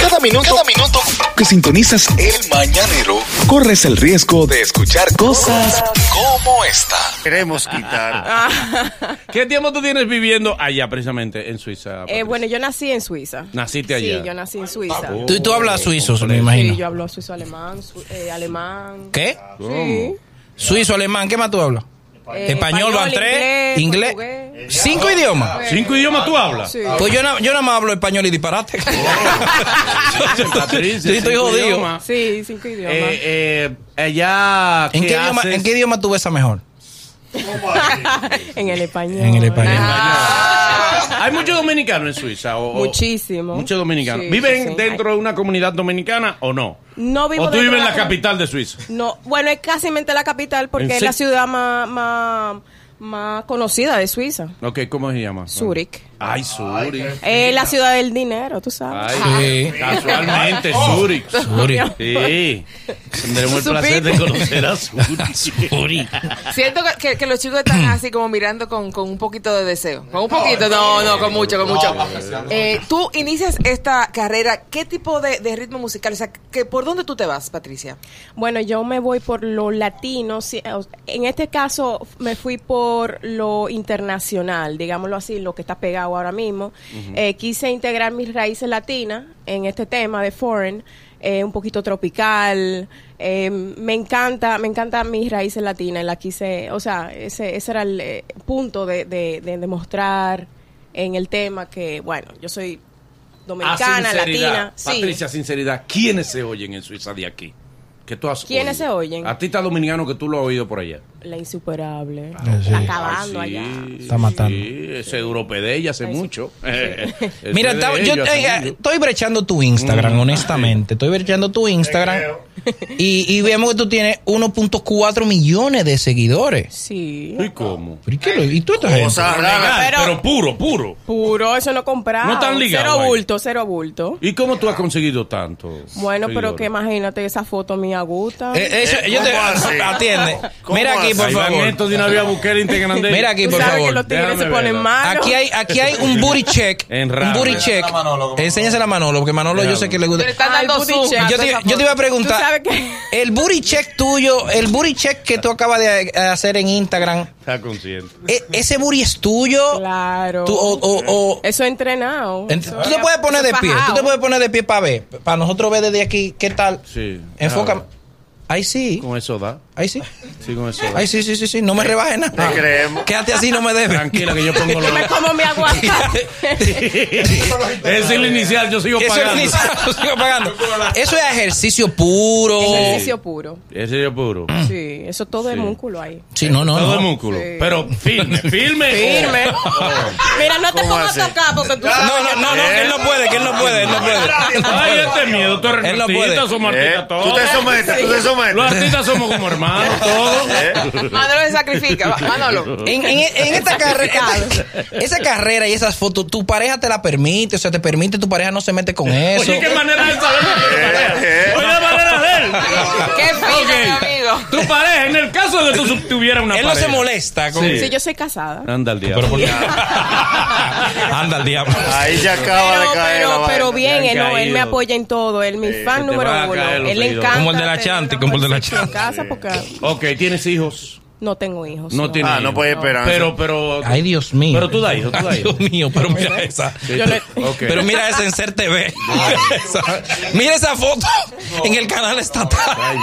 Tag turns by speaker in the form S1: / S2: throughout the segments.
S1: Cada minuto, cada minuto que sintonizas el mañanero, corres el riesgo de escuchar cosas como esta.
S2: Queremos
S3: Ah,
S2: quitar.
S3: ¿Qué tiempo tú tienes viviendo allá, precisamente, en Suiza?
S4: Eh, bueno, yo nací en Suiza.
S3: Naciste allá. Ah,
S4: Sí, yo nací en Suiza.
S5: Tú, tú hablas suizo, me
S4: Sí,
S5: imagino.
S4: yo hablo suizo alemán, su- eh, alemán.
S5: ¿Qué?
S4: Sí.
S5: Suizo, alemán, ¿qué más tú hablas?
S4: Eh,
S5: español van tres, inglés.
S4: portugués.
S5: ¿Cinco idiomas?
S3: ¿Cinco idiomas tú hablas?
S4: ah, Sí.
S5: Pues yo, na- yo nada más hablo español y disparate.
S3: Patricia,
S5: Sí, estoy
S3: cinco
S5: jodido.
S3: idiomas.
S4: Sí, cinco idiomas.
S3: Ah. Eh, eh, allá,
S5: ¿En, qué idioma,
S3: haces?
S5: ¿En qué idioma tú besas mejor?
S4: en el español. Ah,
S5: En el español.
S3: Ah. Hay muchos dominicanos en Suiza. O, o-
S4: Muchísimo.
S3: Muchos dominicanos.
S4: Sí,
S3: ¿Viven
S4: sí, sí.
S3: dentro de una comunidad dominicana o no?
S4: No vivo
S3: ¿O tú
S4: dentro
S3: vives
S4: de
S3: en
S4: la
S3: la
S4: com-
S3: capital de Suiza?
S4: No, bueno, es casi mente la capital
S3: ¿En
S4: porque es
S3: serio?
S4: la ciudad más, más, más conocida de Suiza,
S3: Ok, ¿cómo se llama?
S4: Zúrich.
S3: Ay, Zurich.
S4: Es la ciudad del dinero, tú sabes.
S3: Ay,
S5: Sí.
S3: casualmente,
S4: Oh.
S3: Zurich.
S5: Suri.
S3: Sí. Tendremos el
S4: Supimos.
S3: placer de conocer a Zurich.
S6: Siento que, que- que los chicos están así como mirando con, con un poquito de deseo. Con un poquito, no, no, con mucho, con mucho. Eh, tú inicias esta carrera, ¿qué tipo de, de ritmo musical? O sea, que, ¿por dónde tú te vas, Patricia?
S4: Bueno, yo me voy por lo latino. sí, eh, En este caso, me fui por lo internacional, digámoslo así, lo que está pegado ahora mismo. Eh, quise integrar mis raíces latinas en este tema de foreign, eh, un poquito tropical. Eh, me encanta, me encantan mis raíces latinas. Las quise, o sea, ese, ese era el eh, punto de, de, de demostrar en el tema que, bueno, yo soy dominicana, latina. sí.
S3: Patricia, sinceridad, ¿quiénes se oyen en Suiza de aquí? Que tú has
S4: ¿Quiénes
S3: oído?
S4: se oyen?
S3: Artista dominicano que tú lo has oído por allá.
S4: La insuperable.
S5: sí.
S4: Acabando
S3: Ay, sí,
S4: Ah, allá.
S5: Está matando.
S3: Sí, ese europedella hace mucho. Ese
S5: Mira,
S3: de
S5: estaba- yo
S3: ellos Mm. hace
S5: eh,
S3: mucho.
S5: estoy brechando tu Instagram, honestamente. Estoy brechando tu Instagram. Y, y vemos que tú tienes 1.4 millones de seguidores.
S4: Sí.
S3: ¿Y cómo?
S5: ¿Por qué lo- ¿Y tú estás
S2: Cosa rara.
S3: Legal,
S4: pero-
S3: pero puro, puro.
S4: Puro, eso no comprado.
S3: No tan ligado
S4: Cero
S3: ahí.
S4: bulto, cero bulto.
S3: ¿Y cómo tú has conseguido tanto?
S4: Bueno, pero
S3: seguidores?
S4: que imagínate esa foto mía gusta.
S5: Eh, eso- yo te-
S2: ¿Cómo así?
S5: Atiende.
S2: ¿Cómo
S5: Mira aquí,
S2: así?
S5: por
S3: Ahí van
S5: favor.
S3: estos de una vía buquera integrante.
S5: Mira aquí,
S4: Tú
S5: por
S4: sabes
S5: favor,
S4: que los tigres se
S3: déjame
S4: ponen
S3: verla.
S4: malos.
S5: Aquí hay, aquí hay un booty check.
S3: En
S5: un
S3: raro.
S5: booty check. Enséñasela a Manolo, porque Manolo yo sé que le gusta.
S6: Pero está-
S4: Ay,
S6: dando
S4: booty
S6: zoom.
S4: check,
S5: Yo te,
S4: por favor.
S5: yo te iba a
S4: Tú
S5: preguntar,
S4: sabes que-
S5: el booty check tuyo, el booty check que tú acabas de eh, hacer en Instagram,
S3: Está consciente.
S5: ¿e- ¿ese booty es tuyo?
S4: Claro.
S5: Tú- o- o- o-
S4: Eso entrenado.
S5: ent-
S4: Eso
S5: tú te puedes poner de
S4: eso
S5: pie, tú
S4: fajado.
S5: te puedes poner de pie para ver, para nosotros ver desde aquí qué tal.
S3: Sí.
S5: Enfócame.
S3: A ver,
S5: Ahí sí,
S3: Con eso da.
S5: ahí sí,
S3: Sí, con eso da.
S5: ahí sí, sí, sí, sí, no me rebajes nada.
S2: Te creemos.
S5: Quédate así, no me debes.
S3: Tranquila que yo pongo lo
S4: Dime cómo me aguanta.
S3: Es el inicial, yo sigo
S5: Eso es,
S3: pagando.
S5: ni- sigo pagando. Eso es ejercicio puro.
S4: Ejercicio puro.
S3: Ese es puro.
S4: Sí, eso todo es músculo ahí.
S5: Oh. Sí, no, no,
S3: Todo
S5: no.
S3: el músculo.
S4: Sí.
S3: Pero firme, firme. Oh.
S4: Firme. Mira, no te
S2: ¿Cómo
S4: pongas
S2: así?
S4: a tocar porque tú
S5: No,
S4: sabes.
S5: no, no, no, que él no puede, que él no puede, él no puede.
S3: Ay, este miedo. Tú eres
S5: Él no
S3: artista,
S5: puede.
S3: somos
S2: Eh,
S3: artistas
S2: Tú
S3: todos.
S2: te sometes, tú te
S3: Los
S2: sometes.
S3: artistas somos como hermanos todos.
S2: Eh,
S6: Manolo se sacrifica, va, Manolo.
S5: En, en- en esta carrera, esa carrera y esas fotos, tu pareja te la permite, o sea, te permite, tu pareja no se mete con eso.
S3: Oye, qué manera de saber.
S2: Eh, eh.
S3: Oye, la manera de él.
S6: Qué fino, mi amigo.
S3: Tu pareja, en el caso de que tú tuviera una
S5: Él no
S3: pareja.
S5: se molesta con
S3: Sí.
S4: Sí, yo soy casada.
S3: Anda al diablo.
S5: Anda el diablo.
S2: Ahí ya acaba
S4: pero,
S2: de caer
S4: pero,
S2: la vaina.
S4: pero bien,
S3: Ya han
S4: él, no, él
S3: caído.
S4: me apoya en todo, él mi fan
S3: se te
S4: número
S3: van a
S4: uno.
S3: caer los
S4: Él le
S3: seguidores.
S4: encanta.
S5: Como el de la
S4: tener
S5: Chanti,
S4: una
S5: como el de la
S4: mujer en
S5: Chanti.
S4: casa porque
S3: Ok, ¿tienes hijos?
S4: no tengo hijos.
S3: No tienes
S2: Ah, no
S3: hijos.
S2: puede esperar.
S3: Pero, pero...
S5: Ay, Dios mío.
S3: Pero tú da hijos, tú da
S5: Ay,
S3: hijos.
S5: Dios mío, pero mira esa.
S4: Yo le-
S3: Ok.
S5: Pero mira esa en Ser TV. Mira esa, mira esa foto en el canal estatal.
S3: Ay,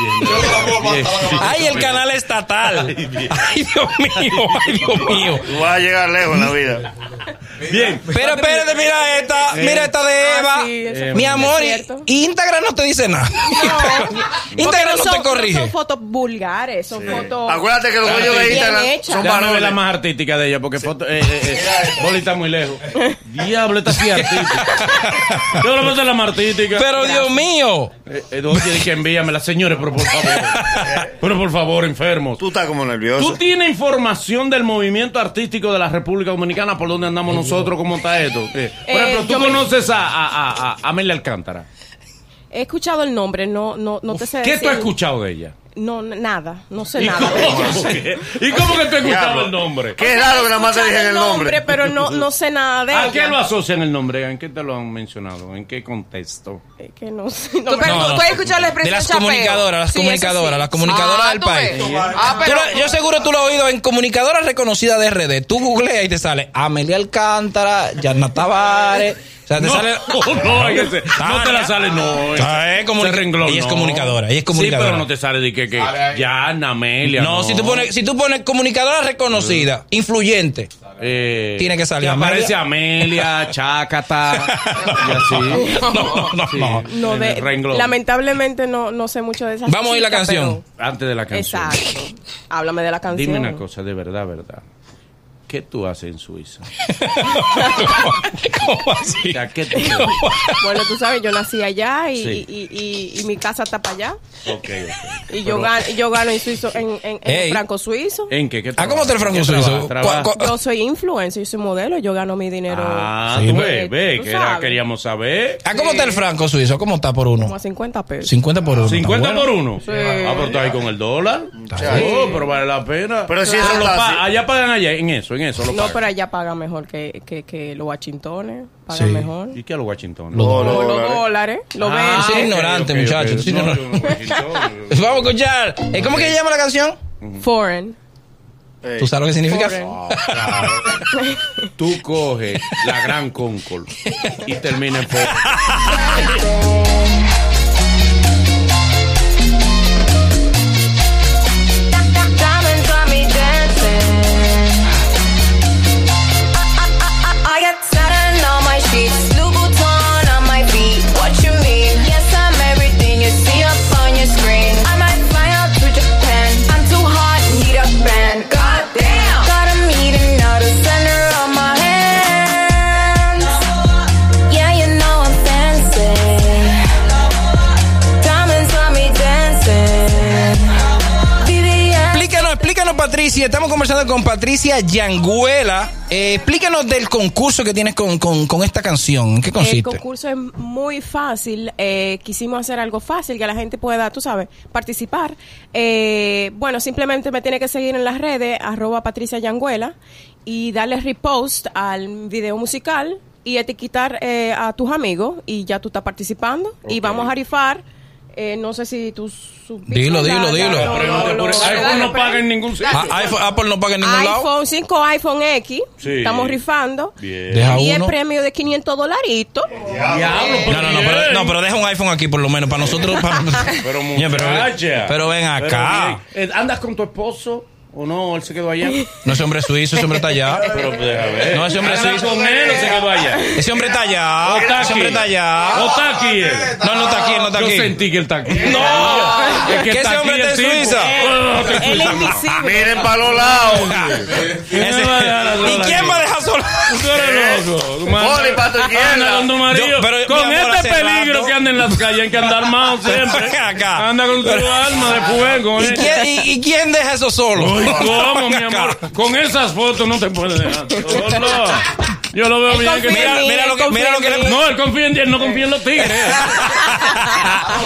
S3: bien.
S5: Ay, el canal estatal. Ay, Dios mío, ay, Dios mío.
S2: Tú vas a llegar lejos en la vida.
S3: Bien.
S5: Pero espérate, mira esta, mira esta de
S4: Ah,
S5: Eva.
S4: sí, esa
S3: fue
S5: Mi
S3: un
S5: amor,
S4: desierto.
S5: y- Instagram no te dice nada.
S4: Ah, Porque
S5: Instagram no,
S4: son,
S5: te corrige.
S4: son fotos vulgares, son fotos.
S2: Acuérdate que los
S4: Claro.
S2: dueños de
S4: Bien
S2: Instagram
S4: hecha.
S2: son
S3: Déjame ver la
S2: varones.
S3: más artística de ella, porque foto, eh, eh, eh, Boli está muy lejos. Diablo, está así artística. Yo lo meto en la más artística.
S5: Pero Dios mío.
S3: Eh, eh, ¿Dónde tienes que envíamela, señores? Pero por favor. Pero por favor, enfermos.
S2: Tú estás como
S3: ¿Tú
S2: nervioso.
S3: tienes información del movimiento artístico de la República Dominicana? ¿Por dónde andamos nosotros? ¿Cómo está esto? Eh, Por
S4: Eh,
S3: ejemplo, ¿tú
S4: yo me-
S3: conoces a, a, a, a Amelia Alcántara?
S4: He escuchado el nombre, no, no, no te sé
S3: ¿Qué tú
S4: decir.
S3: has escuchado de ella?
S4: No, n- nada, no sé
S3: ¿Y
S4: nada. de ella.
S3: cómo, que- ¿Y cómo que te gustaba
S2: Diablo.
S3: el nombre?
S2: Qué raro que nada más te
S4: Escuchaba
S2: dije el nombre.
S4: Pero no, no sé nada de
S3: ¿A
S4: ella.
S3: qué lo asocian el nombre? ¿En qué te lo han mencionado? ¿En qué contexto?
S4: Eh, Que no sé. no
S6: ¿Tú,
S4: me-
S6: pero,
S5: No,
S6: tú-
S5: no.
S6: tú has escuchado la
S5: De
S6: expresión
S5: las
S6: chapeo?
S5: comunicadoras, las
S6: Sí, eso
S5: comunicadoras,
S6: sí.
S5: las comunicadoras
S6: Ah,
S5: del
S6: tú
S5: país.
S6: ves. Ah,
S5: Tú
S6: pero...
S5: lo- yo seguro tú lo has oído en comunicadoras reconocidas de RD. Tú googleas y te sale Amelia Alcántara, Yarna Tavares. O sea, te
S3: No,
S5: sale.
S3: no, no, es que se- no te la sale, no.
S5: Ah, es comuni-
S3: ese renglón,
S5: ella es comunicadora, ella es
S3: Sí,
S5: comunicadora.
S3: pero no te sale de que, que ya, Ana Amelia.
S5: No, si tú pones, si tú pones comunicadora reconocida, influyente.
S3: Eh,
S5: Tiene que salir
S3: te aparece Amelia, Chácata. y así.
S5: No, no, no,
S3: Sí,
S5: no.
S4: no
S3: en
S4: de-
S3: el renglón.
S4: lamentablemente no, no sé mucho de esa
S5: Vamos a oír la canción.
S3: Antes de la canción.
S4: exacto. Háblame de la canción.
S3: Dime una cosa, de verdad, verdad. ¿Qué tú haces en Suiza?
S5: ¿Cómo así?
S3: O sea, ¿qué tú haces?
S4: Bueno, tú sabes, yo nací allá y,
S3: Sí.
S4: y, y- y- y mi casa está para allá.
S3: Ok, ok.
S4: Y yo gano, yo gano en suizo, en, en- en
S5: Ey.
S4: franco suizo.
S3: ¿En qué? ¿Qué
S5: Ah, ¿cómo te el franco
S3: ¿Qué
S5: suizo?
S3: trabaja-
S5: ¿Cuál-
S3: trabaja?
S5: cuál-
S4: Yo soy influencer, yo soy modelo, yo gano mi dinero.
S3: Ah,
S5: Sí,
S3: tú
S5: pero-
S3: ves, ves,
S4: Tú
S3: que era,
S4: sabes.
S3: queríamos saber.
S5: ¿A Ah, cómo está el franco suizo? ¿Cómo está por
S4: Como
S5: uno?
S4: a 50 pesos.
S5: 50 por uno. está
S3: 50
S5: bueno.
S3: por uno.
S4: Sí.
S3: Ah, pero está ahí con el dólar. Oh, pero vale la pena.
S2: Pero si eso
S3: lo
S2: está
S3: pa-
S2: así.
S3: allá pagan allá, en eso, en eso lo
S4: No,
S3: pagan.
S4: pero allá pagan mejor que, que, que los Washingtones. Pagan
S5: Sí.
S4: mejor.
S3: ¿Y Ah, qué a los Washington?
S5: Los
S4: O los
S2: dólares.
S4: dólares, los
S5: tú eres
S4: verdes.
S5: ignorante, muchacho, tú eres
S3: ignorante.
S5: Vamos a escuchar. Eh, ¿Cómo que se llama la canción?
S4: Foreign.
S2: Ey.
S5: ¿Tú sabes lo que significa?
S4: Foreign.
S3: Tú coges la gran Concord y termina en poco.
S7: Diamonds got me dancing. I, I, I, I, I got satin on my sheets, Louboutin on my feet. What you mean? Yes, I'm everything you see up on your screen. I might fly out to Japan. I'm too hot, need a fan. Goddamn, got 'em eating out of center of my hands. Yeah, you know I'm fancy. Diamonds got me dancing. BBM.
S5: Explícanos, explícanos, Patricia. Estamos conversando con Patricia Yanguela. Eh, explícanos del concurso que tienes con, con- con esta canción. ¿En qué
S4: El
S5: consiste?
S4: concurso es muy fácil. eh, quisimos hacer algo fácil que la gente pueda, tú sabes, participar. Eh, bueno, simplemente me tiene que seguir en las redes, arroba Patricia Yanguela, y darle repost al video musical y etiquetar eh, a tus amigos y ya tú estás participando. Y vamos a rifar. eh, no sé si tú supiste
S5: Dilo, dilo, dilo.
S4: lo- lo- lo-
S3: iPhone no paga en ningún sitio.
S5: Ah, iPhone- Apple no paga en ningún lado.
S4: iPhone 5, iPhone X.
S3: Sí.
S4: Estamos rifando.
S3: Bien.
S5: Deja
S4: Y el
S5: uno.
S4: premio de 500 dolaritos.
S3: Diablo,
S5: No, no, no, pero, no, pero deja un iPhone aquí por lo menos para nosotros. para-
S3: Pero
S5: Oye, pero-
S3: muchacha.
S5: pero ven acá.
S3: Pero bien. Eh, ¿Andas con tu esposo o no? Él se quedó allá.
S5: No, ese hombre es suizo, ese hombre está allá.
S3: Pero pues, deja ver.
S5: No, ese hombre
S3: ¿Andas
S5: suizo.
S3: con él o se quedó allá?
S5: Ese hombre está
S3: ¿O
S5: allá.
S3: está
S5: Ese
S3: aquí?
S5: hombre está
S3: ¿O
S5: allá.
S3: está aquí él?
S5: No, no está aquí, no está
S3: Yo
S5: aquí.
S3: sentí que él está aquí.
S5: No.
S3: Es
S5: Que ese
S3: aquí
S5: hombre
S3: el
S5: está en
S3: tipo.
S5: Suiza.
S3: Oh, que
S4: Él es
S3: Suiza, no.
S4: invisible.
S2: Ah, Miren para los lados.
S5: Ese-
S3: me va a dejar a
S5: ¿Y
S3: sola
S5: quién
S3: aquí?
S5: va a dejar sola?
S3: Tú eres loco. Tú mandas-
S2: Boli pa' tu izquierda.
S3: Anda con tu marido.
S5: Yo- pero,
S3: con
S5: mi amor,
S3: este
S5: hace
S3: peligro
S5: rato-
S3: que anda en las calles, hay que andar más
S5: Pero
S3: siempre.
S5: ven acá.
S3: Anda con tu
S5: Pero-
S3: alma de fuego.
S5: ¿Y
S3: ¿eh?
S5: quién, y- y quién deja eso solo?
S3: Uy, ¿Cómo, mi amor? Con esas fotos no te puedes dejar. Oh, no. Yo lo veo bien que
S4: confía en
S5: Mira,
S4: mí,
S5: mira lo que,
S4: confía
S5: mira lo
S4: en
S5: que le
S4: mí.
S5: No,
S3: No, él confía en ti, él no confía en los tigres.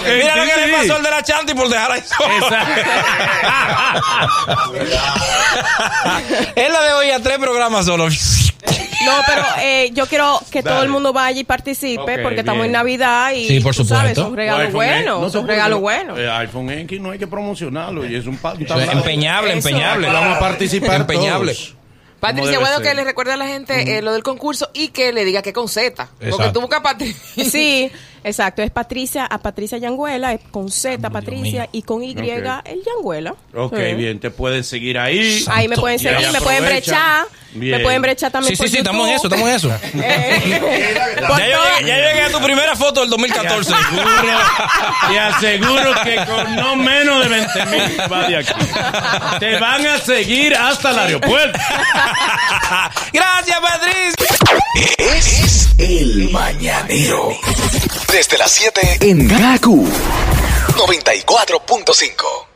S5: Mira lo que le pasó al
S3: de...
S5: de la Chanti por dejar ahí solo. Él la dejó ir a tres programas solo.
S4: No, pero eh, yo quiero que todo el mundo vaya y participe
S3: Ok,
S4: porque estamos
S3: bien. Pues,
S4: en Navidad y
S5: Sí, por
S4: tú sabes,
S5: supuesto.
S4: son regalos
S3: e-
S4: buenos, son regalos buenos.
S3: El Eh, iPhone X no hay que promocionarlo y es un pa- un tablado.
S5: Empeñable,
S4: Eso.
S5: empeñable.
S3: Vamos a participar
S5: Empeñable.
S3: todos.
S6: Patricia,
S3: debe
S6: bueno
S3: ser.
S6: que le recuerde a la gente eh, lo del concurso y que le diga que con Z. Porque
S5: Exacto.
S6: tú buscas Patricia.
S3: Eh,
S4: Sí, exacto, es Patricia, a Patricia Yanguela, es con Z Patricia
S5: mío.
S4: y con Y
S3: Ok.
S4: el Yanguela.
S3: Ok,
S4: Sí.
S3: bien, te pueden seguir ahí.
S4: Ahí me pueden
S3: Ya,
S4: seguir, me
S3: aprovecha.
S4: pueden brechar,
S3: Bien.
S4: me pueden brechar también
S5: Sí,
S4: por
S3: pues,
S5: sí, sí, estamos
S4: YouTube.
S5: en eso, estamos en eso.
S4: Eh, por
S5: Ya yo
S4: todas-
S5: llegué, ya llegué a tu primera foto del 2014.
S3: Seguro, te aseguro que con no menos de 20 mil va de aquí. Te van a seguir hasta el aeropuerto.
S5: Gracias, Patricia.
S1: Es, es el mañanero. Desde las 7 en GACU 94.5.